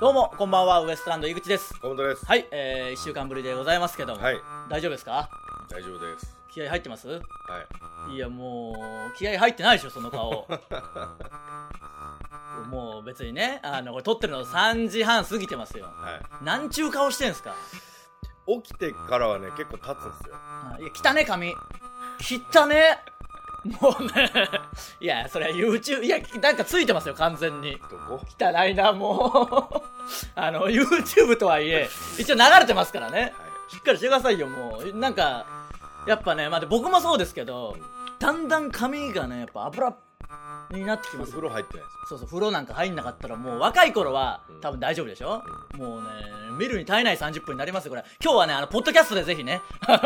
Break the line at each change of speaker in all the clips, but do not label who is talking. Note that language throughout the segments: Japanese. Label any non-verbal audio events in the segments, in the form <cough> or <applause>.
どうも、こんばんは、ウエストランド井口です。
本当です。
はい、えー、1週間ぶりでございますけども、
はい、
大丈夫ですか
大丈夫です。
気合入ってます
はい。
いや、もう、気合入ってないでしょ、その
<laughs>
顔。もう別にね、あの、これ撮ってるの3時半過ぎてますよ。
は
なんちゅう顔してんすか
い。起きてからはね、結構経つんですよ。
あいや、汚ね、髪。汚ね。もうね、いや、それは YouTube、いや、なんかついてますよ、完全に。
どこ
汚いな、もう。あの、YouTube とはいえ、一応流れてますからね。
は
しっかりしてくださいよ、もう。なんか、やっぱね、まあ、で僕もそうですけど、だんだん髪がね、やっぱ油になってき
い。お
ます
風呂入ってないで
そうそう、風呂なんか入んなかったらもう若い頃は多分大丈夫でしょもうね、見るに耐えない30分になりますよ、これ。今日はね、あの、ポッドキャストでぜひね、あの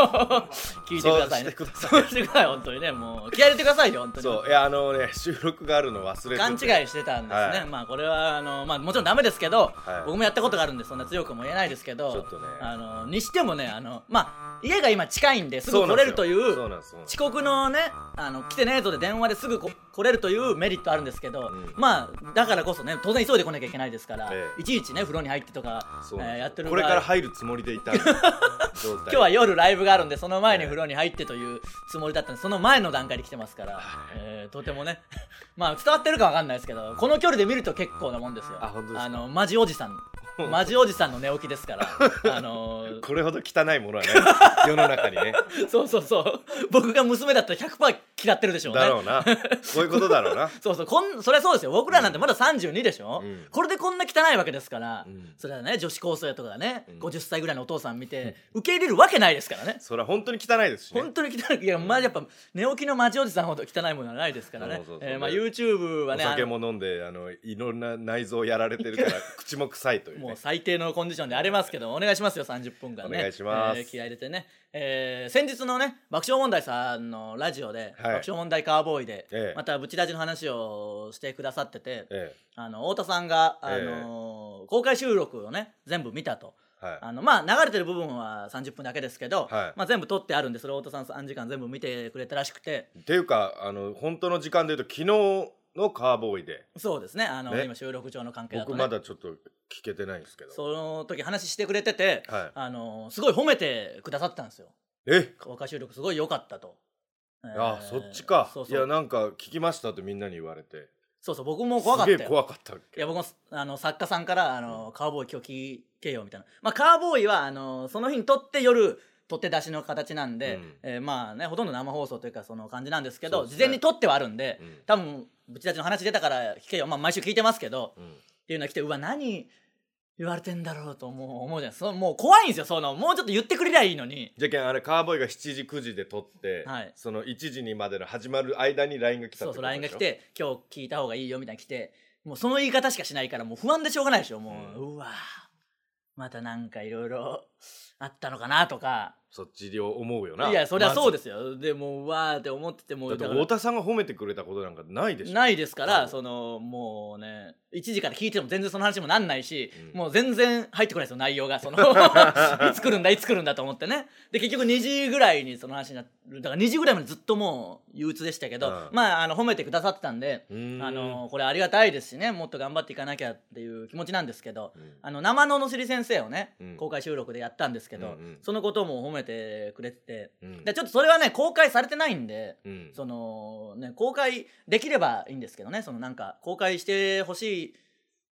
<laughs> 聞いてくださいね。
そうしてくださ
そうしてください、本当にね。もう、気合入れてくださいよ、本当
す。
に。
そう、いや、あのね、収録があるの忘れてて。
勘違いしてたんですね、
はい
まあこれはあの、まあ、もちろんダメですけど、
はい
僕もやったことがあるんでそんな強くも言えないですけど
ちょっとね
あのにしてもねあの、まあ、家が今近いんです
そ
ぐ来
うな
れ
んですよ
るとい
そう
う
なんです。そうなんです
遅刻のねあの来てねえぞで電話ですぐこ来れるというメリットあるんですけど、
うん
まあだからこそね当然急いで来なきゃいけないですから、
ええ
いちいちね風呂に入ってとか、
そう
え
なん
ー
です
やってる
こ
場合
れから入るつもりでいた状
<laughs>
態。
今日は夜ライブがあるんでその前に風呂に入ってというつもりだったんでその前の段階で来てますから、えーとてもね <laughs> まあ伝わってるかわかんないですけどこの距離で見ると結構なもんですよ
あ本当ですか
のマジおじさんマジおじさんの寝起きですから
<laughs>
あのー
これほど汚いものはね、
<laughs>
世の中にね。
そうそうそう僕が娘だったら100%嫌ってるでしょうね
だろうな。こういうことだろうな。
そうそうこんそれはそうですよ僕らなんてまだ32でしょ、
うん
これでこんな汚いわけですから、
うん
それはね女子高生とかがね、
ん
50歳ぐらいのお父さん見て受け入れるわけないですからね
それは本当に汚いですしね
本。当に汚いいや、まあ、やっぱ寝起きの町おじさんほど汚いものはないですからね
そうそうそう
えーまあ YouTube は
お
ね
酒
あ
も飲んで、あの、いろんな内臓やられてるから、口も臭いとい
の
う
も
ね
う。最低のコンディションでありますけどお願いしますよ30分間ね
お願いします
えー気合い入れてね、えー先日のね爆笑問題さんのラジオで、爆笑問題カーボーイで、
ええ
またブチラジの話をしてくださってて、
え
あの太田さんが、あの
ええ
ー公開収録をね全部見たと。
え。は
あのまあ流れてる部分は30分だけですけど、
はい
まあ、全部撮ってあるんでそれを太田さん3時間全部見てくれたらしくて、
い。っていうか、あの、本当の時間で言うと、昨日のカーボーイで。
そうですねあの
ね
今収録上の関係だと、
僕
ね、
まだちょっと聞けてないんですけど。
その時話してくれてて、
はい
あのすごい褒めてくださってたんですよ
え
公開収録すごい良かったと、えー
あ、そっちか。
そう
い
そ
や、
う
なんか聞きましたってみんなに言われて。
そうそう僕も怖かった
すげえ
よ
怖かったっ
い
け
や僕もあの作家さんからあの、カーボーイ今日聞いてよ」みたいなまあカーボーイはあのその日に撮って夜取って出しの形なんで、
うん
えーまあねほとんど生放送というかその感じなんですけど
そうです
事
ね
前に撮ってはあるんで、
うん
多分ぶちたちの話出たから聞けよまあ毎週聞いてますけど、
うん
っていうのが来てうわ何言われてんだろうと思う思うじゃないそのもう怖いんですよそのもうちょっと言ってくれりゃいいのに
じゃけんあれカーボーイが7時9時で撮って、
はい
その1時にまでの始まる間に LINE が来た
そ
っ
う
て
そう
ことで
LINE が
し
来
ょ
て今日聞いた方がいいよみたいに来てもうその言い方しかしないからもう不安でしょうがないでしょもう、うわまたなんかいろいろあったのかなとか
そっちを思うよない、
いやそりゃそうですすよでもうわーって思ってても
まず
う
だって
だ
太
か
田さんが褒めてくれたことなんかないで
ら
しょ
ないですか
多
ら
分
そのもうね1時から聞いても全然その話もなんないし、
うん
もう全然入ってこないですよ内容が
<laughs>
そのいつ来るんだいつ来るんだと思ってねで結局2時ぐらいにその話になるだから2時ぐらいまでずっともう憂鬱でしたけど、
うん
まああの褒めてくださってたんで、
うーん
あのこれありがたいですしねもっと頑張っていかなきゃっていう気持ちなんですけど、
うん
あの生野のしり先生をね、
うん
公開収録でやったんですけど、
うんうん
そのことも褒めてくれてて、
うん
でちょっとそれはね公開されてないんで、
うん
そのね公開できればいいんですけどねそのなんか公開してほしい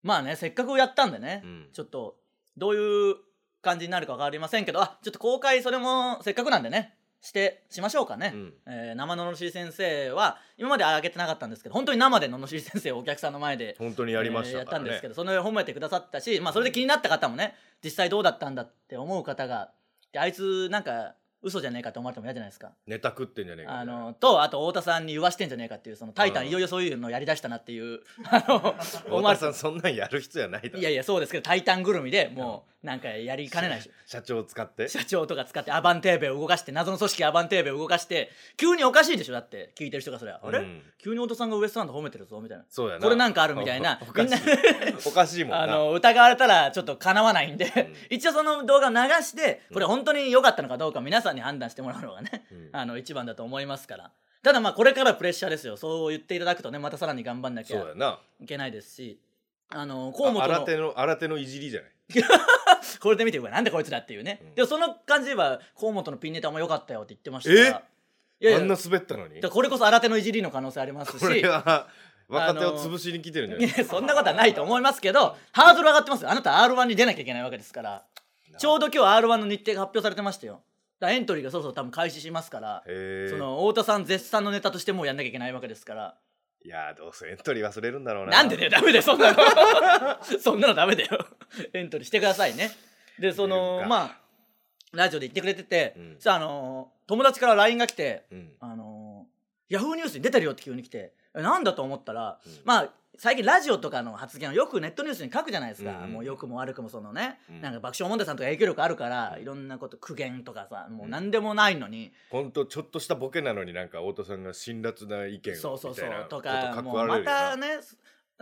まあねせっかくやったんでね、
うん
ちょっとどういう感じになるか分かりませんけどあちょっと公開それもせっかくなんでねしてしましょうかね、
うん
えー生ののしり先生は今まであげてなかったんですけど本当に生でののしり先生をお客さんの前で
本当にやりまし
えーや
た
っ
か
た
ら
ん
ね、
ですけどそれ褒めてくださったし、まあ、それで気になった方もね実際どうだったんだって思う方がであいつなんか嘘じゃねえかって思われても嫌じゃないですか。
ネタ食ってんじゃねえかみた
あ
いな
のとあと太田さんに言わしてんじゃねえかっていうその「タイタ
う
ン」
ん
いよいよそういうのやりだしたなって
<laughs>
いうあの思われ
太田さんそんなんやる必要はないだろ
いやいやそうですけど「タイタン」ぐるみでもうなんかやりかねないし
社長を使って
社長とか使ってアバンテーベを動かして謎の組織アバンテーベを動かして急におかしいでしょだって聞いてる人がそれは、あれ
うん
急に太田さんがウエストランド褒めてるぞみたいな
そうやな
これなんかあるみたいな
<laughs> お
み
か
ん
し
ない
おかしいもんな
あの疑われたらちょっとかなわないんで、<laughs>
う
一応その動画を流してこれ本当に良かったのかどうか皆さんに判断してもらうのがね、
うん
あの一番だと思いますからただまあこれからプレッシャーですよそう言っていただくとねまたさらに頑張んなきゃ
そうやない
けないですしあの河本
あ
の
新手の新手のいじりじゃない
これで見てうわなんでこいつだっていうね、
うん
でもその感じで言えば河本のピンネタも良かったよって言ってましたからいやいや
あんな滑ったのに
だからこれこそ新手のいじりの可能性あります
これ
し
は若手を潰しに来てるんじゃない
<laughs> いやそんなことはないと思いますけどハードル上がってますよあなた r 1に出なきゃいけないわけですからちょうど今日 r 1の日程が発表されてましたよだからエントリーがそろそろ多分開始しますから
へえ
その太田さん絶賛のネタとしてもうやんなきゃいけないわけですから
いやーどうせエントリー忘れるんだろうな
なんでだよダメだよそんなのそんなの <laughs> ダメだよエントリーしてくださいねでそ
出る
の
か
まあラジオで言ってくれてて、
うん
そしたらあのー友達から LINE が来て
うん
あのヤフー Yahoo ニュースに出てるよって急に来てえなんだと思ったら、
うん
まあ最近ラジオとかの発言をよくネットニュースに書くじゃないですか、
うんうん
もう良くも悪くもそのね、
うん
なんか爆笑問題さんとか影響力あるから、
うん
いろんなこと苦言とかさもう何でもないのに、
ほんとちょっとしたボケなのになんか太田さんが辛辣な意見みたいな
そうそうそう
こととか
か
っこ
もう
悪
ま
いよな
たね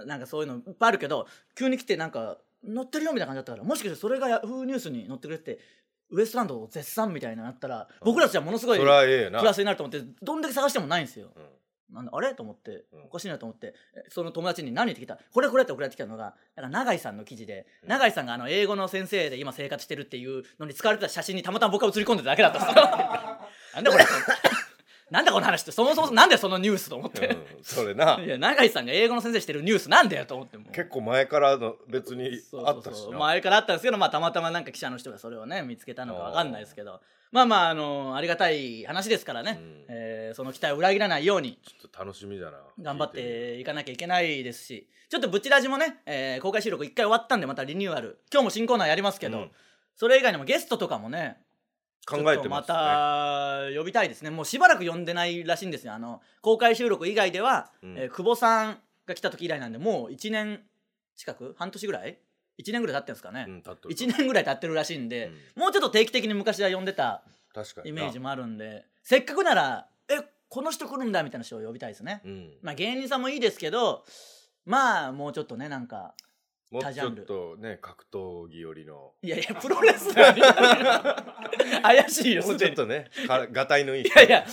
なんかそういうのいっぱいあるけど急に来てなんか載ってるよみたいな感じだったからもしかしてそれがヤフーニュースに載ってくれてウエストランドを絶賛みたいなのあったら僕らとしてはものすごい
そ
プ
りゃええよな
ラスになると思ってどんだけ探してもないんですよ。
うん
なんだあれと思って、
うん
おかしいなと思ってえその友達に何言ってきたこれこれって送られてきたのがなんか永井さんの記事で、
うん
永井さんがあの英語の先生で今生活してるっていうのに使われてた写真にたまたま僕が写り込んでただけだったん
<laughs>
ですよなんだこれなんだこの話ってそもそもなんでそのニュースと思って、
うんそ
<laughs>
れない
や永井さんが英語の先生してるニュースなんだよと思ってもう
結構前からの別に
そう
あ
そう
ったし
そう
な
前からあったんですけど、まあ、たまたまなんか記者の人がそれをね見つけたのかわかんないですけどまあまあ、あのありがたい話ですからね、
うん
えーその期待を裏切らないように
ちょっと楽しみだな
頑張っていかなきゃいけないですしちょっとブチラジもね、えー公開収録1回終わったんでまたリニューアル今日も新コーナーやりますけど、
うん
それ以外にもゲストとかもね
考
ち
え
ょってと
ま
ます
ね
た呼びたいですねもうしばらく呼んでないらしいんですよあの公開収録以外では、
うん
えー久保さんが来た時以来なんでもう1年近く半年ぐらい1年ぐらい経ってんですかね、
うん立っとる
1年ぐらい経ってるらしいんで、
う
もうちょっと定期的に昔は呼んでた
確かに
イ
な
メージもあるんでせっかくならえこの人来るんだみたいな人を呼びたいですね、
うん
まあ芸人さんもいいですけどまあもうちょっとねなんか
もう
多ジ
ち
ャ
ょ
ン
っ
ル
とね格闘技よりの
いや
<laughs>
いやプロレスラーになるな怪しいよ
もう
す
ち
で
ょっ
に
とねかがたいのいいい
いやいや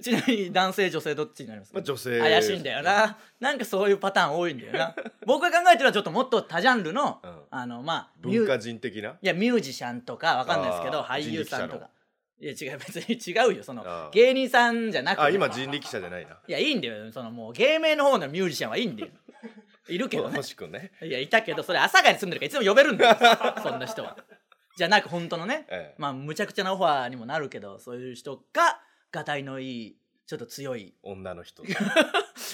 ちなみに男性女性どっちになりますか、
まあ女性
怪しいんだよななんかそういうパターン多いんだよな僕が考えてるのはちょっともっと多ジャンルの、
うん
あのまあミュ
文
ー
化人的ない
やミュージシャンとかわかんないですけど
あー
俳優さんと
人力車
かいや違う別に違うよその
あー
芸人さんじゃなくて
あ今人力車じゃないない
やいいんだよそのもう芸名の方のミュージシャンはいいん
<laughs>
だよいるけどね
もしくんね
いや、いたけど、それ、阿佐ヶ谷に住んでるから、いつでも呼べるんだよ、そんな人は。じゃなく、本当のね、
ええ
まあ、むちゃくちゃなオファーにもなるけど、そういう人が、がたいのいい、ちょっと強い、
女の人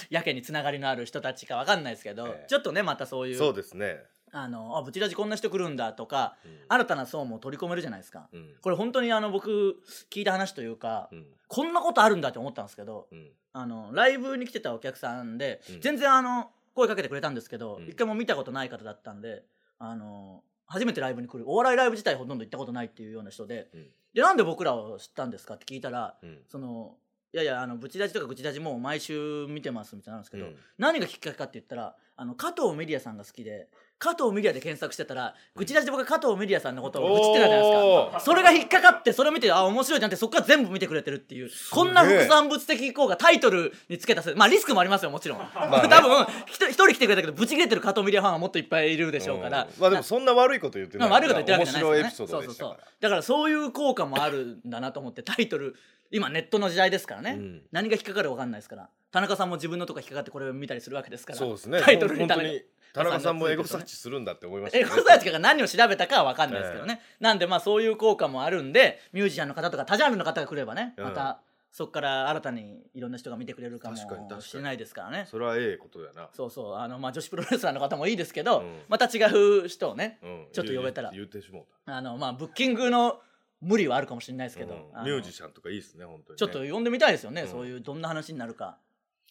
やけにつながりのある人たちかわかんないですけど、
ええ
ちょっとね、またそういう、
そうですね
あの、あ、ブチラジこんな人来るんだとか、
うん
新たな層も取り込めるじゃないですか。
うん
これ、本当に、あの、僕、聞いた話というか、
うん
こんなことあるんだって思ったんですけど、
うん
あの、ライブに来てたお客さんで、
うん
全然あの、声かけてくれたんですけど、
うん
一回も見たことない方だったんで、あの、初めてライブに来る、お笑いライブ自体ほとんど行ったことないっていうような人で、
うん
で、なんで僕らを知ったんですかって聞いたら、
うん
その、いやいや、あの、ブチラジとかグチラジもう毎週見てますみたいなんですけど、
うん
何がきっかけかって言ったら、あの、加藤メディアさんが好きで、加藤メディアで検索してたら、グチラジで僕は加藤メディアさんのことを愚痴ってたじゃないですか。
おー
それが引っかかってそれを見てあ面白いじゃんってそこから全部見てくれてるっていうこんな副産物的効果タイトルにつけたせいまあリスクもありますよもちろん、
あね
多分ひと一人来てくれたけどブチ切れてる加藤ミリアファンはもっといっぱいいるでしょうから、
うんまあでもそんな悪いこと言って
ま
な
あ
い
悪いこと言ってるわけじゃない
面白いエ
です
ピソ
よねそ
ード
う
で
そう
し
そ
た
う
か
だからそういう効果もあるんだなと思ってタイトル今ネットの時代ですからね、
うん
何が引っかかるか分かんないですから田中さんも自分のとか引っかかってこれを見たりするわけですからら
そうですね
タイトルに
本
田
当
中
に田中さんもエゴ
さん
サー
のツ
チするんだって思いました
エ
よ
ゴ
ね
サーチが何を調べたかは分かんないですけどね、なんでまあそういう効果もあるんでミュージシャンの方とか他ジャンルの方が来ればね、
うん
またそこから新たにいろんな人が見てくれるかも
確かに確かに
しれないですからね
それはええことやな
そうそうあの、まあ、女子プロレスラーの方もいいですけど、
うん
また違う人をね、
うん
ちょっと呼べたら
言う言ってしもう
あのまあ、ブッキングの無理はあるかもしれないです
たう
けど、あ
ん
の
ミュージシャンとかいいですね本当にね
ちょっと呼んでみたいですよね、
うん
そういうどんな話になるか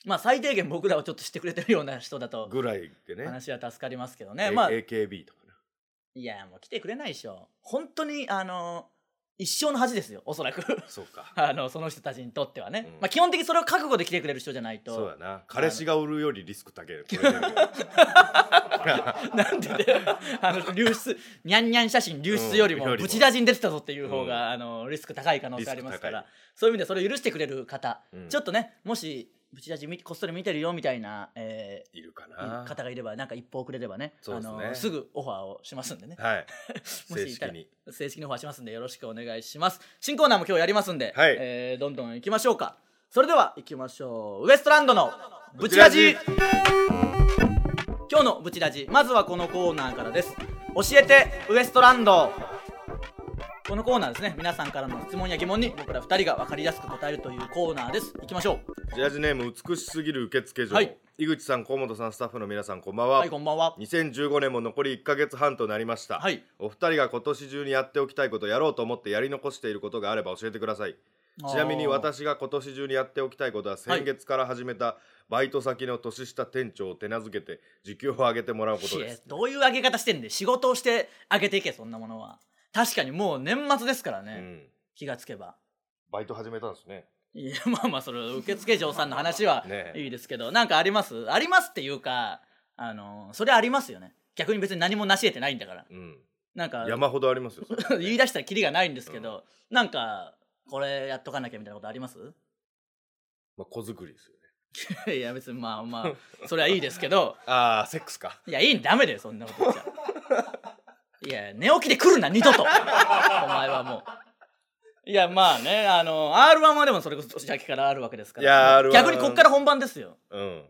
まあ最低限僕らをちょっとしてくれてるような人だと
ぐらいでね
話は助かりますけどね、
え
まあ
AKB とかね
いやもう来てくれないでしょ本当にあの一生の恥ですよおそらく <laughs>
そうか
あのその人たちにとってはね、
うん
まあ、基本的にそれを覚悟で来てくれる人じゃない
そうや
と
な彼氏が売るよりリスク高いよこれで
<laughs> なんでだよ <laughs> あの流出にゃんにゃん写真流出よりも
うんよりも
ブチラジに出てたぞっていう方が、
うん
あのリスク高い可能性ありますか
リスク
ら
高
そういう意味でそれを許してくれる方、
うん
ちょっとねもしブチラジ見こっそり見てるよみたいな、え
いるか
ー
な。
方がいればなんか一報くれればね
そうですね
あのすぐオファーをしますん
<laughs>
でね
はい。
<laughs> も
正
しいた
式
ら
に。
正式にオファーしますんでよろしくお願いします新コーナーも今日やりますんで、
はい
えーどんどん行きましょうかそれでは行きましょうウエストランドのブチラジ
ブ
今日のブチラジまずはこのコーナーからです教えてウエストランドこのコーナーですね皆さんからの質問や疑問に僕ら2人が分かりやすく答えるというコーナーです行きましょう
ジャージネーム美しすぎる受付所、
はい
井口さん河本さんスタッフの皆さんこんばんは、
はいこんばんは
2015年も残り1ヶ月半となりました、
はい
お二人が今年中にやっておきたいことやろうと思ってやり残していることがあれば教えてくださいちなみに私が今年中にやっておきたいことは先月から始めたバイト先の年下店長を手なずけて時給を上げてもらうこと
い
で
や
す
どういう上げ方してんで仕事をして上げていけそんなものは確かにもう年末ですからね、
うん
気がつけば
バイト始めたんですね
いやまあまあそれ受付嬢さんの話は
ねえ
いいですけど、なんかありますありますっていうかあのそれありますよね逆に別に何も成し得てないんだから
うん
なんか
山ほどありますよそれ
<laughs> 言い出したらキリがないんですけど、なんかこれやっとかなきゃみたいなことあります <laughs>
まあ子作りですよね
いや別にまあまあそれはいいですけど
ああセックスか
いやいいんダメだよそんなこと言っちゃいや寝起きで来るな二度とお前はもういやまあねあの r 1はでもそれこそ年明けからあるわけですか
い
ら
や R1
逆にこっから本番ですよ
うん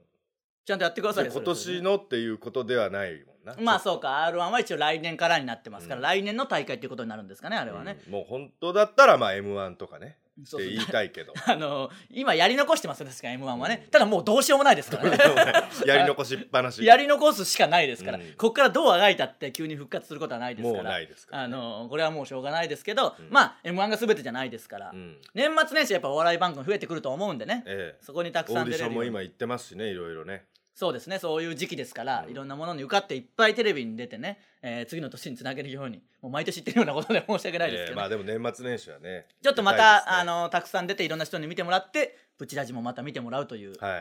ちゃんとやってくださいよそ
今
れ
年のっていうことではないもんな
まあそうか r 1は一応来年からになってますから、
うん
来年の大会っていうことになるんですかねあれはね、
うんもう本当だったらまあ m 1とかねっ
そう
て
そう
言いたいけど
あの今やり残してますよ確か m 1はね、
うん
ただもうどうしようもないですからね
<laughs> やり残しっぱなし
やり残すしかないですから、
うん
こっからどうあがいたって急に復活することはないですから
もうないですから
あのこれはもうしょうがないですけど、
うん
まあ m 1が全てじゃないですから、
うん
年末年始やっぱお笑い番組増えてくると思うんでね、
ええ
そこにたく
オ
さん
ーディ
出
シ
れ
ョン
る
も
ように
今行ってますしねいろいろね
そうですねそういう時期ですから、
うん
いろんなものに受かっていっぱいテレビに出てね、えー次の年につなげるようにもう毎年言ってるようなことで申し訳ないです
え
け
え
どね、
まあでも年末年始はね
ちょっとまた、
出いですね
あのたくさん出ていろんな人に見てもらってプチラジもまた見てもらうという流
は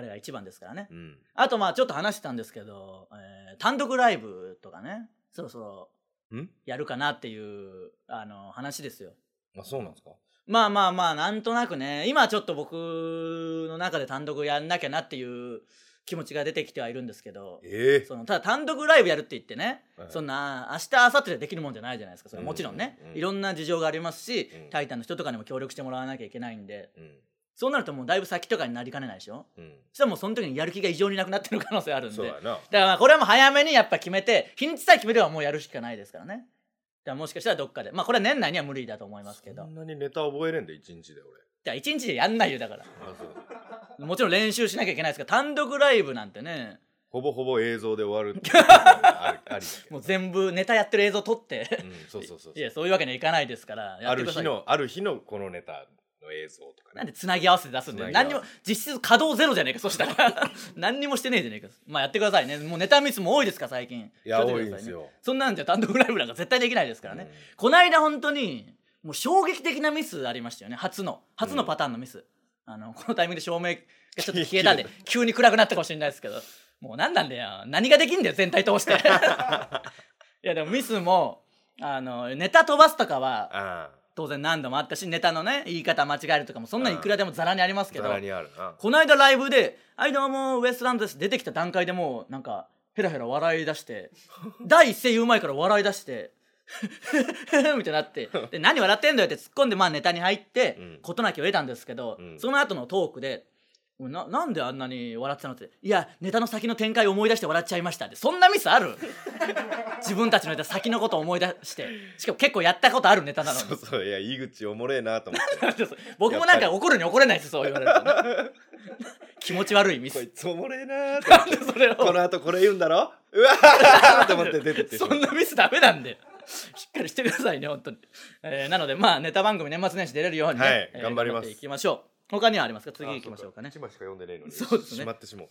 い
れが一番ですからね、
うん
あとまあちょっと話してたんですけど、えー単独ライブとかねそろそろ
ん
やるかなっていうあの話ですよ
あそうなんですか
まあまあまあなんとなくね今ちょっと僕の中で単独やんなきゃなっていう気持ちが出てきてはいるんですけど
ええ
そのただ単独ライブやるって言ってね、
はい
そんな明日明後日でできるもんじゃないじゃないですかそれはもちろんね、
うんうんうん
いろんな事情がありますし、
うん
タイタンの人とかにも協力してもらわなきゃいけないんで
うん
そうなるともうだいぶ先とかになりかねないでしょ
うん
そしたらもうその時にやる気が異常になくなってる可能性あるんで
そう
だか
やな
らまあこれはもう早めにやっぱ決めて日にちさえ決めればもうやるしかないですからねだからもしかしたらどっかでまあこれは年内には無理だと思いますけど
そんなにネタ覚えれんで一日で俺
<laughs> じゃあ一日でやんないよだから
あそう
もちろん練習しなきゃいけないですけど単独ライブなんてね
ほぼほぼ映像で終わるっていうの
<laughs>
がありありだけど
もう全部ネタやってる映像撮って
うんそうそうそうそう
いやそういうわけにはいかないですからや
あ
って
る
ください
日のある日のこのネタの映像とか
なん
ね
でつなぎ合わせて出すんだよ
つな
何
ぎ
に
合わ
も
せ
実質稼働ゼロじゃねえかそしたら <laughs> 何にもしてねえじゃねえかまあやってくださいねもうネタミスも多いですから最近
いや
気を
多
つけ
い
てく
ん
だ
で
さ
す
ね
よ
そんなんじゃ単独ライブなんか絶対できないですからね、
うん
こないだ本当にもう衝撃的なミスありましたよね初の初のパターンのミス、あのこのタイミングで照明がちょっと <laughs> 消えたんで急に暗くなったかもしれないですけどもう何なんだよ何ができんだよ全体通して <laughs> いやでもミスもあのネタ飛ばすとかは
ああ
当然何度もあったしネタのね言い方間違えるとかもそんなんいくらでもざらにありますけど
ざらにあるな
この間ライブで「はいどうもウエストランドです」出てきた段階でもうなんかヘラヘラ笑い出して
<laughs>
第一声言う前から笑い出して <laughs> 「みたいになってで「何笑ってんだよ」って突っ込んでまあネタに入って
うん
事なきを得たんですけど、
うん
その後のトークで「ななんであんなに笑ってたの?」って「いやネタの先の展開を思い出して笑っちゃいました」ってそんなミスあ
<laughs>
る自分たちのネタ先のことを思い出してしかも結構やったことあるネタなのに
そうそういや井口おもれえなと思っ
そ
て
うそう僕もなんか怒るに怒れないですそう言われるとね
<laughs>
気持ち悪いミ
こ
ス
いつおもれえなと
なんでそれを
<laughs> この後これ言うんだろうわーと思って出てってしまう
そんなミスダメなんでしっかりしてくださいね本当に、えーなのでまあネタ番組年末年始出れるようにね、
はい
えー
頑張ります
っていきましょう他にはありますか次行きましょうかね
一枚しか読んでねえのに
そうですね
しまってしも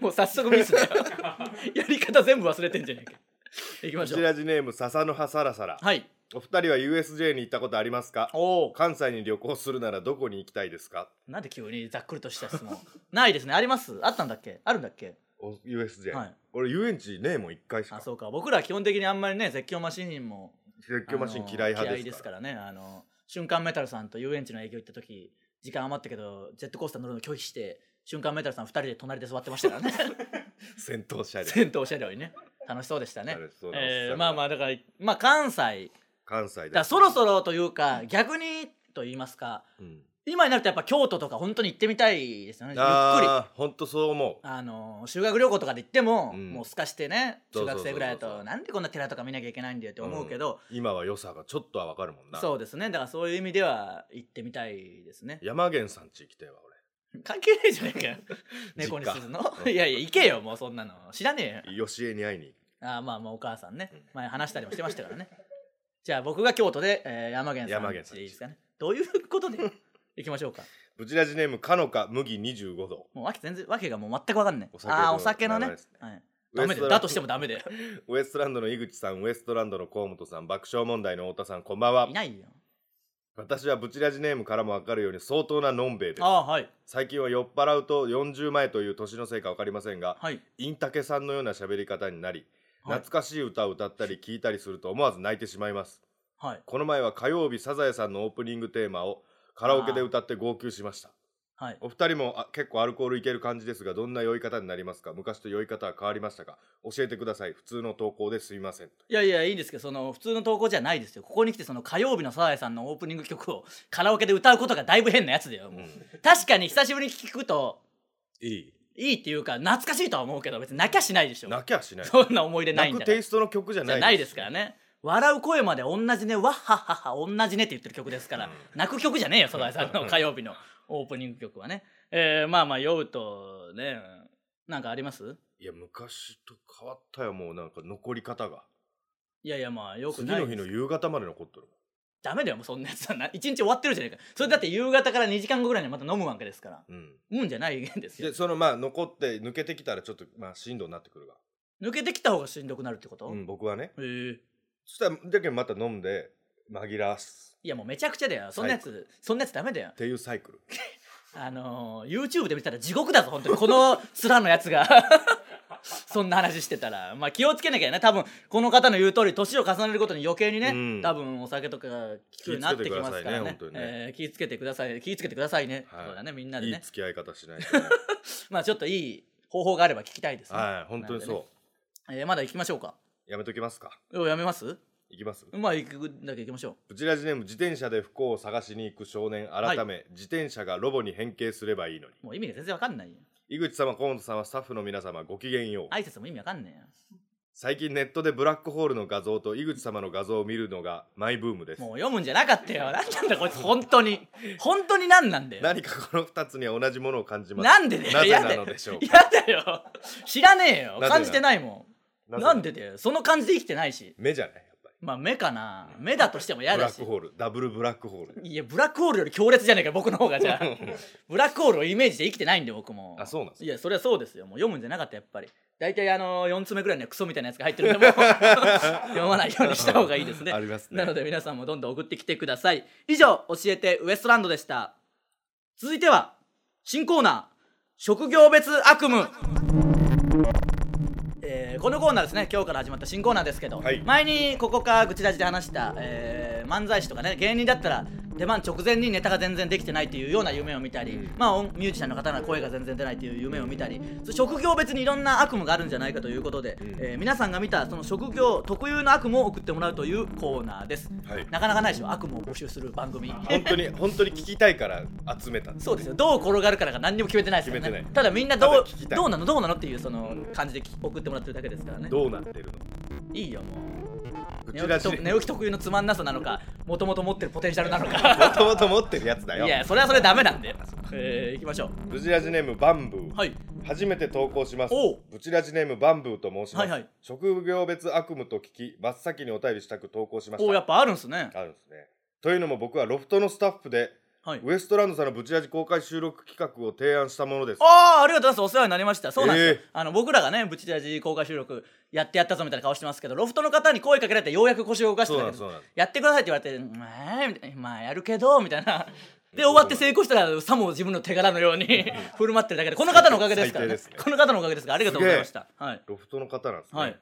う
もう早速ミスだよ <laughs> やり方全部忘れてんじゃねえか行きま
こ
し
<laughs> ち
ょう
らジネーム笹の葉サラサラ
はい
お二人は USJ に行ったことありますか
おお
関西に旅行するならどこに行きたいですか
なんで急にざっくりとした質問ないですねありますあったんだっけあるんだっけ
お USJ、
はい
俺遊園地ねえもん一回し
あ
か
そうか僕らは基本的にあんまりね絶叫マシーンも
絶叫マシン嫌い
あの
派
嫌い
で
ですすか
か
ららねあの瞬間メタルさんと遊園地の営業行った時時間余ったけどジェットコースター乗るの拒否して瞬間メタルさん2人で隣で座ってましたからね
戦闘車両
戦闘車両にね楽しそうでしたね
あれそうなんです
え
よ
ーまあまあだからまあ関西
関西
だ
で
からそろそろというか逆にと言いますか
うん
今になるとやっぱ京都とか本当に行ってみたいですよねゆっくり
ああ本当そう思う
あの修学旅行とかで行っても、
うん
もうすかしてね
そ
中
うそ
学
うそうそう
生ぐらいだとなんでこんな寺とか見なきゃいけないんだよって思うけど、
うん今は良さがちょっとはわかるもんな
そうですねだからそういう意味では行ってみたいですね
山源さんち来ては
関係ねえじゃ
<laughs>
ねえかよ猫に
実家
する
<laughs>
の
うん
いやいや行けよもうそんなの知らねえよ
俺吉江に会いに
あーまあまあお母さんね
うん
前話したりもしてましたからねじゃあ僕が京都で、えー山源さ
山
ん
源
ち
さん
でいいですかねどういうことで行きましょうか <laughs>
ブチラジネームかのか麦25度
もうわけ全然わけがもう全く分かんない
お酒の
ああーお酒のね
流れですね
はい、ダメだよだとしてもダメだよ
ウエストランドの井口さんウエストランドの河本さん爆笑問題の太田さんこんばんはい
ないよ
私はブチラジネームからもわかるように相当なのんべえです
ああーはい
最近は酔っ払うと40前という年のせいかわかりませんが
はい
インタケさんのような喋り方になり
はい
懐かしい歌を歌ったり聞いたりすると思わず泣いてしまいます
はい
この前は火曜日サザエさんのオープニングテーマをカラオケで歌って号泣しました
はい
お二人もあ結構アルコールいける感じですがどんな酔い方になりますか昔と酔い方は変わりましたか教えてください普通の投稿ですみません
いやいやいいんですけどその普通の投稿じゃないですよここに来てその火曜日のサザエさんのオープニング曲を <laughs> カラオケで歌うことがだいぶ変なやつだよ、もう確かに久しぶりに聞くと
いい
いいっていうか懐かしいとは思うけど別に泣きゃしないでしょ
泣きゃしない
そんな思い出ない
泣
ん
く
だから
テイストの曲じゃ
じ
な
ゃ
い
ないですからね笑う声まで同じねわっはっはっは同じねって言ってる曲ですから、
うん
泣く曲じゃねえよサザエさんの火曜日のオープニング曲はねえー、まあまあ酔うとねなんかあります
いや昔と変わったよもうなんか残り方が
いやいやまあよく
次
ない
の日の夕方まで残っとる
ダメだよもうそんなやつはな <laughs> 一日終わってるじゃねえかそれだって夕方から2時間後ぐらいにまた飲むわけですから
もんうん
うんじゃないんですよ
でそのまあ残って抜けてきたらちょっとまあ進路になってくるが、
抜けてきた方がしんどくなるってこと、
う
へ
ん、僕はね
え
そしたらだけどまた飲んで紛らわす
いやもうめちゃくちゃだよそんなやつそんなやつダメだよ
っていうサイクル
あのー、YouTube で見たら地獄だぞ本当にこのスラのやつが <laughs> そんな話してたらまあ気をつけなきゃね多分この方の言う通り年を重ねることに余計にね、
うん
多分お酒とか効くようになってきますからね
気をつけてくださいね本当
えー
にね
気をつけてください気をつけてくださいね、
はい
そうだねみんなで
いい
ね
付き合い方しないと
<laughs>
ね
まあちょっといい方法があれば聞きたいですね、
はい本当にそう、
えーまだ行きましょうか
やめときますか
おやめます
いきます
まあ行くだけ行きましょう
ブチラジネーム自転車で不幸を探しに行く少年改め、自転車がロボに変形すればいいのに
もう意味が全然わかんないよ
井口様河本様スタッフの皆様ごきげんよう
挨拶も意味わかんねえよ
最近ネットでブラックホールの画像と井口様の画像を見るのがマイブームです
もう読むんじゃなかったよなんなんだこいつ本当に本当になんなんだよ
何かこの2つには同じものを感じます
なんでだよ
なぜ
やだ
な
よ
のでしょうか
やだよ知らねえよ
なぜな
感じてないもん
ぜ
なんでだよその感じで生きてないし
目じゃないやっぱり
まあ目かな目だとしても嫌
ブ
だ
ラッ
し
クホールダブルブラックホール
いやブラックホールより強烈じゃねえか僕の方がじゃあブラックホールをイメージで生きてないんで僕も
あそうなんです
いやそれはそうですよもう読むんじゃなかったやっぱり大体あの4つ目ぐらいにはクソみたいなやつが入ってるんでも
<laughs>
う読まないようにした方がいいですね
ありますね
なので皆さんもどんどん送ってきてください以上教えてウエストランドでした続いては新コーナー職業別悪夢えーこのコーナーですね今日から始まった新コーナーですけど、
はい
前にここか愚痴ラジで話した、えー漫才師とかね芸人だったら出番直前にネタが全然できてないっていうような夢を見たり、まあ、音ミュージシャンの方の声が全然出ないっていう夢を見たりそう職業別にいろんな悪夢があるんじゃないかということで、
ん
えー皆さんが見たその職業特有の悪夢を送ってもらうというコーナーです、
はい
なかなかないでしょ悪夢を募集する番組
本当に本当に聞きたいから集めた
<laughs>
ん
そうですよどう転がるからが何にも決めてないですから
決め
ね
てない
ただみんなどう
ただ聞きたい
どうなのどうなのっていうその感じでき送ってもらってるだけですからね
どうなってるの
いいよもう
ブ
寝
チ
起
ラ
きと
ジ
寝
ネ
起き特有のつまんなさなのかもともと持ってるポテンシャルなの
<laughs> も
か
ともと持ってるやつだ
い
よ
やそれはそれダメなんでえー、いきましょ
ブチラジネームバンブー
うはい
初めて投稿します
おう
ブチラジネームバンブーと申しま
は
す、
いはい
職業別悪夢と聞き真っ先にお便りしたく投稿しまし
お
た
おやっぱあるんすね
あるんですねというのも僕はロフトのスタッフで
はい
ウエストランドさんのブチラジ公開収録企画を提案したものです
ああありがとうございますお世話になりましたそうなんですよ、
えー
あの僕らがねブチラジ公開収録やってやったぞみたいな顔してますけどロフトの方に声かけられてようやく腰を動かして
そう
た
なん
け
ですそ
ど
うなんです
やってくださいって言われてうん「えーみたいなまあやるけど」みたいなで終わって成功したらさも自分の手柄のよう
<laughs>
に振る舞ってるだけでこの方のおかげですから、ね
最低ですね
この方のおかげですからありがとうございましたはい
ロフトの方なんですね、
はい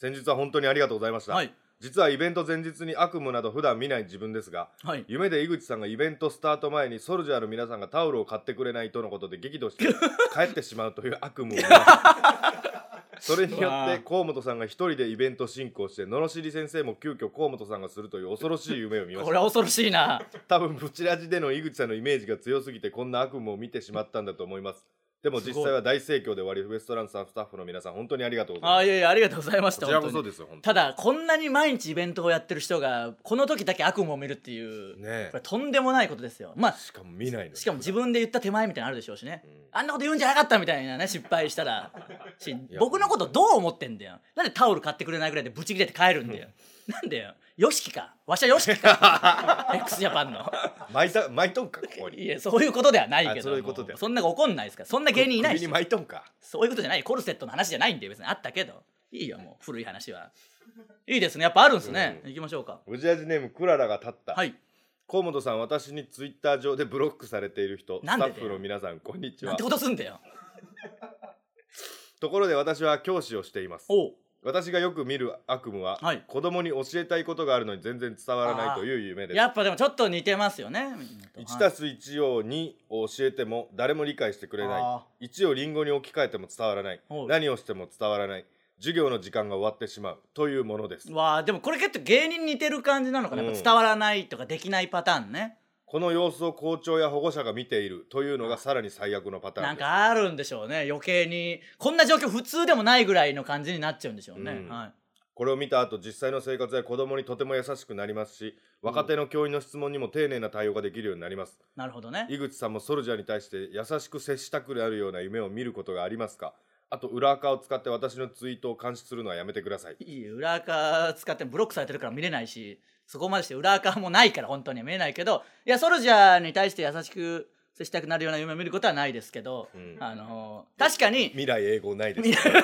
先日は本当にありがとうございました、
はい
実はイベント前日に悪夢など普段見ない自分ですが
はい
夢で井口さんがイベントスタート前にソルジャーの皆さんがタオルを買ってくれないとのことで激怒して
<laughs>
帰ってしまうという悪夢を見ましたそれによ
わ
っ
あ
て河本さんが一人でイベント進行して罵り先生も急遽河本さんがするという恐ろしい夢を見まし
こ
た
れは恐ろしいな
多分ブチラジでの井口さんのイメージが強すぎてこんな悪夢を見てしまったんだと思いますでも
すごい
実際は大盛況で終わりウエストランドさんスタッフの皆さん本当にありがとうござい
あ
ま
ーいやいやありがとうございまし
す
た
こちらこそ
本当に
ですよ本当
ただこんなに毎日イベントをやってる人がこの時だけ悪夢を見るっていう、
にね
こ
え
れとんでもないことですよまあ
しかも見ないのに
しかも自分で言った手前みたいなのあるでしょうしね、
ん
あんなこと言うんじゃなかったみたいなね失敗した
<laughs>
らし
や
僕のことどう思ってんだよなんでタオル買ってくれないぐらいでブチ切れて帰るんだよなんだよヨシキかわしはヨシキ
<laughs>
か x ジャパンの
巻いた巻いとんかここに
いやそういうことではないけ
あ
ど
そういうことで
もそんな怒んないですからそんな芸人いない
首
し
に巻いとんか
そういうことじゃないコルセットの話じゃないんで別にあったけどいいよもう古い話はいいですねやっぱあるんですね、
うん
行きましょうか
ブチラジネームクララが立った、
はい
河本さん私にツイッター上でブロックされている人
なん
ス
でだよ
タッフの皆さんこんにち
なん
は
てことすんだよ
ところで私は教師をしています
おう
私がよく見る悪夢は、
はい
子供に教えたいことがあるのに全然伝わらないという夢です
やっぱでもちょっと似てますよね
1たす1を2を教えても誰も理解してくれ
あ
ない1をリンゴに置き換えても伝わらない
おう
何をしても伝わらない授業の時間が終わってしまうというものです
わあでもこれ結構芸人に似てる感じなのかな、やっぱ伝わらないとかできないパターンね
この様子を校長や保護者が見ているというのがさらに最悪のパター
な
ン
ん
です
かあるんでしょうね余計にこんな状況普通でもないぐらいの感じになっちゃうんでしょうね、
うん
はい
これを見た後実際の生活や子供にとても優しくなりますし若手の教員の質問にも丁寧な対応ができるようになります
なるほどね
井口さんもソルジャーに対して優しく接したくなるような夢を見ることがありますかあと裏垢を使って私のツイートを監視するのはやめてください
いいよ裏垢使ってブロックされてるから見れないしそこまでして裏垢もないから本当には見れないけどいやソルジャーに対して優しく接したくなるような夢を見ることはないですけど、
うん
あのー確かに
未来英語ないです
未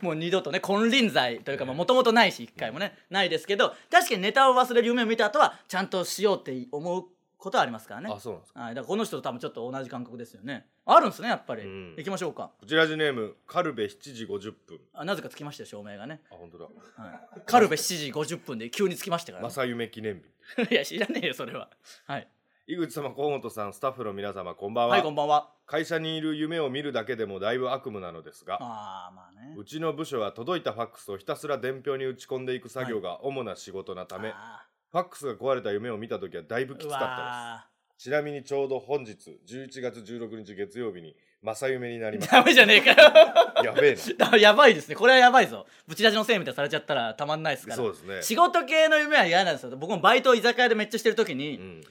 もう二度とね金輪際というかもともとないし一回もねないですけど確かにネタを忘れる夢を見た後はちゃんとしようって思うことはありますからね
あそうなんですか
はい、だからこの人と多分ちょっと同じ感覚ですよねあるんですねやっぱり、
うん
行きましょうか
こちらジネームカルベ7時50分
あなぜかつきましたよ照明がね、
あ本当だ
はい、カルベ7時50分で急につきましたから、ね、
正夢記念
<laughs> い
日
や知らねえよそれははい、
井口様河本さんスタッフの皆様こんばんは、
はい、こんばんは
会社にいる夢を見るだけでもだいぶ悪夢なのですが
ああまあね
うちの部署は届いたファックスをひたすら伝票に打ち込んでいく作業が主な仕事なため、
あ
ファックスが壊れた夢を見た時はだいぶ
ー
きつ
う
かったです
わ
ちなみにちょうど本日11月16日月曜日に正夢になりま
ー
し
ダメじゃねえかよ <laughs>
た。やべえ
だやばいですねこれはやばいぞぶち出しのせいみたいにされちゃったらたまんないですか
な。
<laughs> ら
そうです
仕
ね。
事系の夢は嫌なんですよ僕もバイトを居酒屋でめっちゃしてる時
う
に、
ん、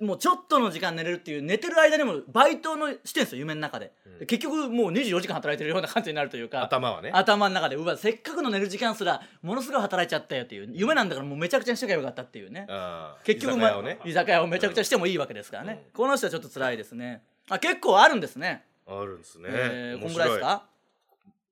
もうちょっとの時間寝れるっていう寝てる間にもバイトのしてんですよ夢の中で、
うん
結局もう24時間働いてるような感じになるというか
頭はね。
頭の中でうわせっかくの寝る時間すらものすごい働いちゃったよっていう夢なんだからもうめちゃくちゃにしとけばよかったっていうね
あー
結局
居酒屋をね
まあ。居酒屋をめちゃくちゃしてもいいわけですからね、
う
この人はちょっと辛いですねあ結構あるんですね
あるんですね。
えーこ
面
んぐ
白
らいですか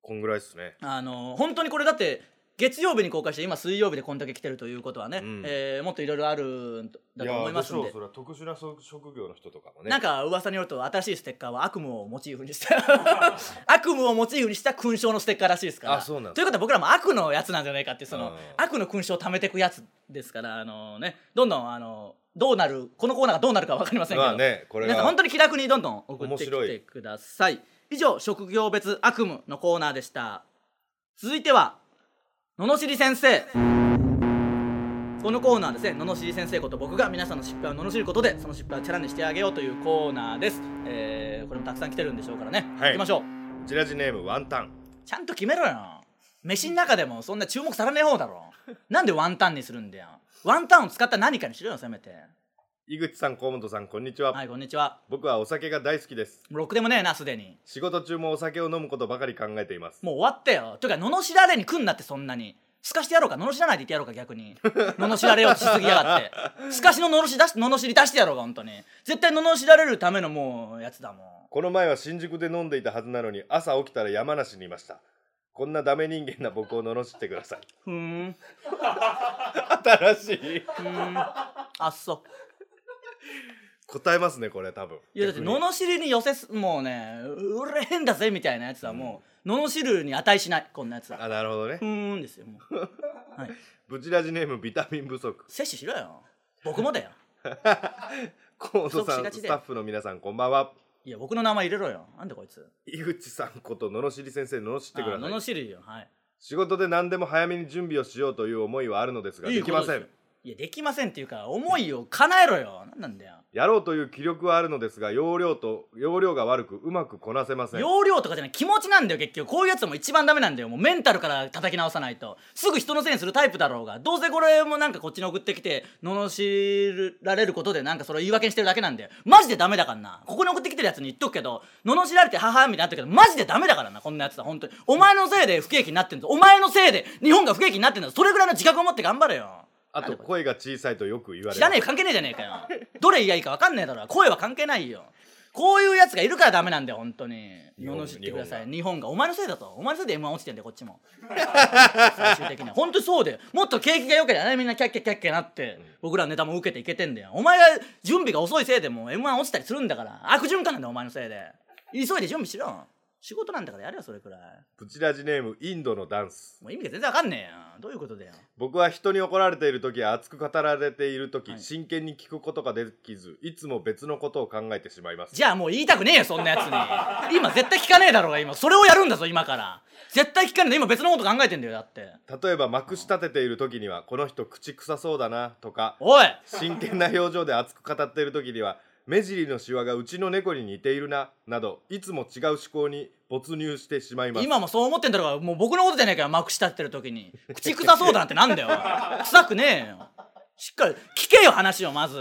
こんぐらいですね。
あの本当にこれだって月曜日に公開して今水曜日でこんだけ来てるということはね、
うん
えーもっといろいろあるんだと思いますん
いや
で
ーどうしようそれは特殊な職職業の人とかもね。
なんか噂によると新しいステッカーは悪夢をモチーフにした
<laughs>
悪夢をモチーフにした勲章のステッカーらしいですから
あそうなんだ
ということは僕らも悪のやつなんじゃないかってその
あー
悪の勲章を貯めていくやつですからあのねどんどんあのどうなるこのコーナーがどうなるか分かりませんけど、
まあねこれ
皆さん
が
本当に気楽にどんどん送ってき
面白
て
い
ください以上職業別悪夢のコーナーでした続いては罵り先生このコーナーはですね罵り先生こと僕が皆さんの失敗を罵ることでその失敗をチャラにしてあげようというコーナーです、えー、これもたくさん来てるんでしょうからね、
はい
行きましょう
ジラジネームワンタン。
ちゃんと決めろよ飯の中でもそんな注目されねえ方だろなんでワンタンにするんだよワンタンを使った何かにしろよせめて
井口さん河本さんこんにちは、
はいこんにちは
僕はお酒が大好きです。
もうろくでもねえなすでに
仕事中もお酒を飲むことばかり考えています。
もう終わったよ。というか、罵られに来んなって、そんなに。すかしてやろうか、罵らないでいてやろうか、逆に。罵られようとしすぎやがって。すかしの罵し出し、罵り出してやろうか、本当に。絶対罵られるためのもう、やつだもん。
この前は新宿で飲んでいたはずなのに朝起きたら山梨にいました。こんなダメ人間な僕を罵ってください。
ふーん。
新しい
ふーん。あっそ。
答えますねこれ多分
いやだって
逆に
罵りに寄せすもうね売れへんだぜみたいなやつはもう、罵るに値しないこんなやつは
あなるほどね
ふーんですよもう
ブチラジネームビタミン不足
摂取しろよ僕もだよ
河野さ
不足しが
ん
ち
ス
だ
タ
よ
ッフの皆さんこんばんはい
や僕の名前入れろよなんでこいつ
井口さんこと罵り先生罵ってくだ
あ
さい
罵るよはい
仕事で何でも早めに準備をしようという思いはあるのですが
いい
できま
こ
せ
と
ん
ですよいやできませんっていうか思いを叶えろよなんなんだよ
やろうという気力はあるのですが容量と容量が悪くうまくこなせません
容量とかじゃない気持ちなんだよ結局こういうやつも一番ダメなんだよもうメンタルから叩き直さないとすぐ人のせいにするタイプだろうがどうせこれもなんかこっちに送ってきて罵られることでなんかそれを言い訳にしてるだけなんだよマジでダメだからなここに送ってきてるやつに言っとくけど罵られて母みたいになったけどマジでダメだからなこんなやつは本当にお前のせいで不景気になってんぞお前のせいで日本が不景気になってんだぞそれぐらいの自覚を持って頑張れよ
あと声が小さいとよく言われ
知らねえ
る
よ関係ねえじゃねえかよどれ言いやいいか分かんねえだろ声は関係ないよこういうやつがいるからダメなんだよ本当に
日本
罵ってください
日本
日本がお前のせいだとお前のせいで M1 落ちてんだよこっちも最終的には本当にそうだよもっと景気が良けりゃねみんなキャッキャキャッキャなって僕らのネタも受けていけてんだよお前が準備が遅いせいでもう M1 落ちたりするんだから悪循環なんだよお前のせいで急いで準備しろ仕事なんだからやれよそれくらい
プチラジネームインドのダンス
もう意味が全然分かんねえよどういうことだよ
僕は人に怒られている時や熱く語られている時、
はい
真剣に聞くことができずいつも別のことを考えてしまいます
じゃあもう言いたくねえよそんなやつに今絶対聞かねえだろうが今それをやるんだぞ今から絶対聞かねえ今別のこと考えてんだよだって
例えばまくし立てている時にはこの人口臭そうだなとか
おい
真剣な表情で熱く語っている時には目尻のシワがうちの猫に似ているななどいつも違う思考に没入してしまいます
今もそう思ってんだろうがもう僕のことじゃねえかよまくし立ってる時に口臭そうだなんてなんだよ臭くねえよしっかり聞けよ話をまず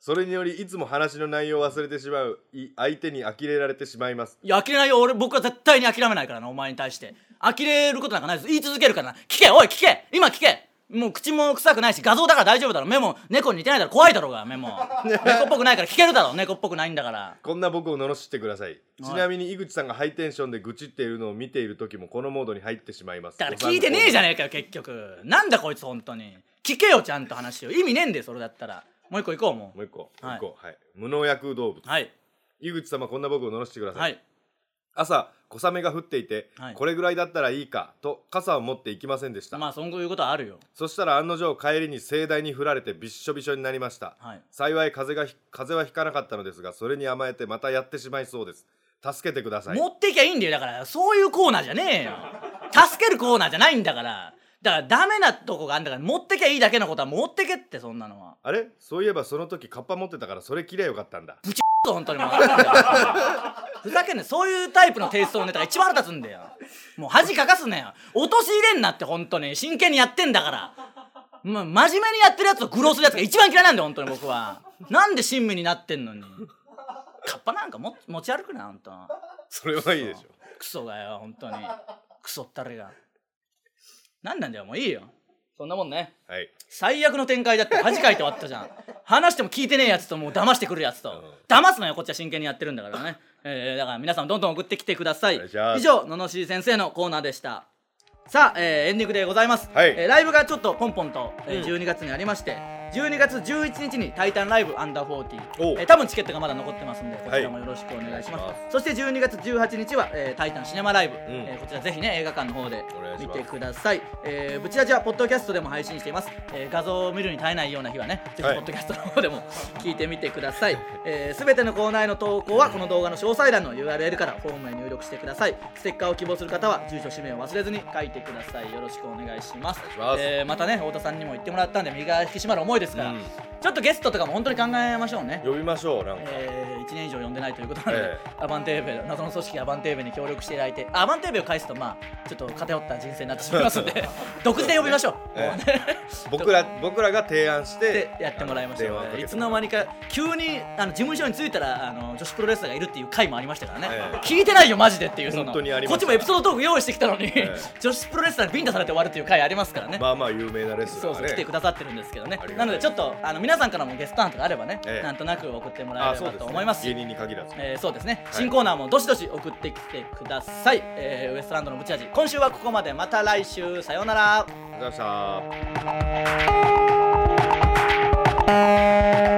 それによりいつも話の内容を忘れてしまうい相手に呆れられてしまいます
いや呆れないよ俺僕は絶対に諦めないからなお前に対して呆れることなんかないです言い続けるからな聞けおい聞け今聞けもう口も臭くないし画像だから大丈夫だろ目も猫に似てないだろ怖いだろうが目も猫っぽくないから聞けるだろ猫っぽくないんだから
こんな僕を罵ってくださいちなみに井口さんがハイテンションで愚痴っているのを見ている時もこのモードに入ってしまいます
だから聞いてねえじゃねえかよ結局なんだこいつ本当に聞けよちゃんと話を意味ねえんだよそれだったらもう一個行こうも
もう一個、
はい
もう一個はい無農薬動物
うはい
井口様こんな僕を罵ってください、
はい
朝小雨が降っていて、
はい
これぐらいだったらいいかと傘を持っていきませんでした、
まあそういうことはあるよ
そしたら案の定帰りに盛大に降られてびっしょびしょになりました、
はい
幸い風がひ風はひかなかったのですがそれに甘えてまたやってしまいそうです助けてください
持ってきゃいいんだよだからそういうコーナーじゃねえよ助けるコーナーじゃないんだからだからダメなとこがあんだから持ってきゃいいだけのことは持ってけってそんなのは
あれそういえばその時カッパ持ってたからそれ切れよかったんだ
本当にもう <laughs> ふざけんなよそういうタイプのテイストのネタが一番腹立つんだよもう恥かかすなよ落とし入れんなって本当に真剣にやってんだから、ま、真面目にやってるやつと愚弄するやつが一番嫌いなんだよ本当に僕はなんで親身になってんのにカッパなんかも持ち歩くな本当
それはいいでしょ
クソがよ本当にクソったれがなんなんだよもういいよそんなもんね
はい
最悪の展開だって恥かいて終わったじゃん話しても聞いてねえやつともう騙してくるやつと、騙すのよこっちは真剣にやってるんだからね、
<laughs>
えーだから皆さんどんどん送ってきてください
お願いします
以上ののしり先生のコーナーでしたさあ、えーエンディングでございます、
はい
えーライブがちょっとポンポンと、えー12月にありまして12月11日に「タイタンライブアンダー4 0
おう
えー多分チケットがまだ残ってますんでこちらもよろしくお願いします,、
はいお願いし
そして12月18日は、えータイタンシネマライブ」えーこちらぜひね映画館の方で
お願いし
見
ます
てください、えー、ブチラジはポッドキャストでも配信しています、えー画像を見るに耐えないような日はねぜひポ
はい
ッドキャストの方でも聞いてみてください <laughs> すべ、えー全てのコーナーへの投稿はこの動画の詳細欄の URL からフォームへ入力してくださいステッカーを希望する方は住所氏名を忘れずに書いてくださいよろしくお願いします
お願いします
えーまたね太田さんにも言ってもらったんで身が引き締まる思いですから、
うん
ちょっとゲストとかも本当に考えましょうね
呼びましょうなんか、
えー、1年以上呼んでないということなので、
え
アバンテーベ謎の組織アバンテーベに協力していただいてアバンテーベを返すとまあちょっと偏った人生になってしまいますの
<laughs>
で独自で呼びましょう、
え
もう <laughs>
僕ら僕らが提案し
で
て
やってもらいまし
あの電
ょ
話をかけ
う
て
いつの間にか急にあの事務所に着いたらあの女子プロレスラーがいるっていう回もありましたからね、
ええ
聞いてないよマジでっていうその
本当にあり
こ
ま
っ
し
ち
た
もエピソードトーク用意してきたのに、
ええ
女子プロレスラーにビンタされて終わるっていう回ありますからね、
まあまあ有名なレス
そ
ラ
う
ー
そう、
ね
来てくださってるんですけどね
ありがたい
なのでちょっとあの皆さんからもゲスト案とかあればね、
ええ
なんとなく送ってもらえ
あ
れ
そう
ば
です、
と
ね、
思いますし
芸人に限らず
えーそうですね、
い
新コーナーもどしどし送ってきてください、えーウエストランドの持ち味今週はここまでまた来週さようなら
ありがとうございました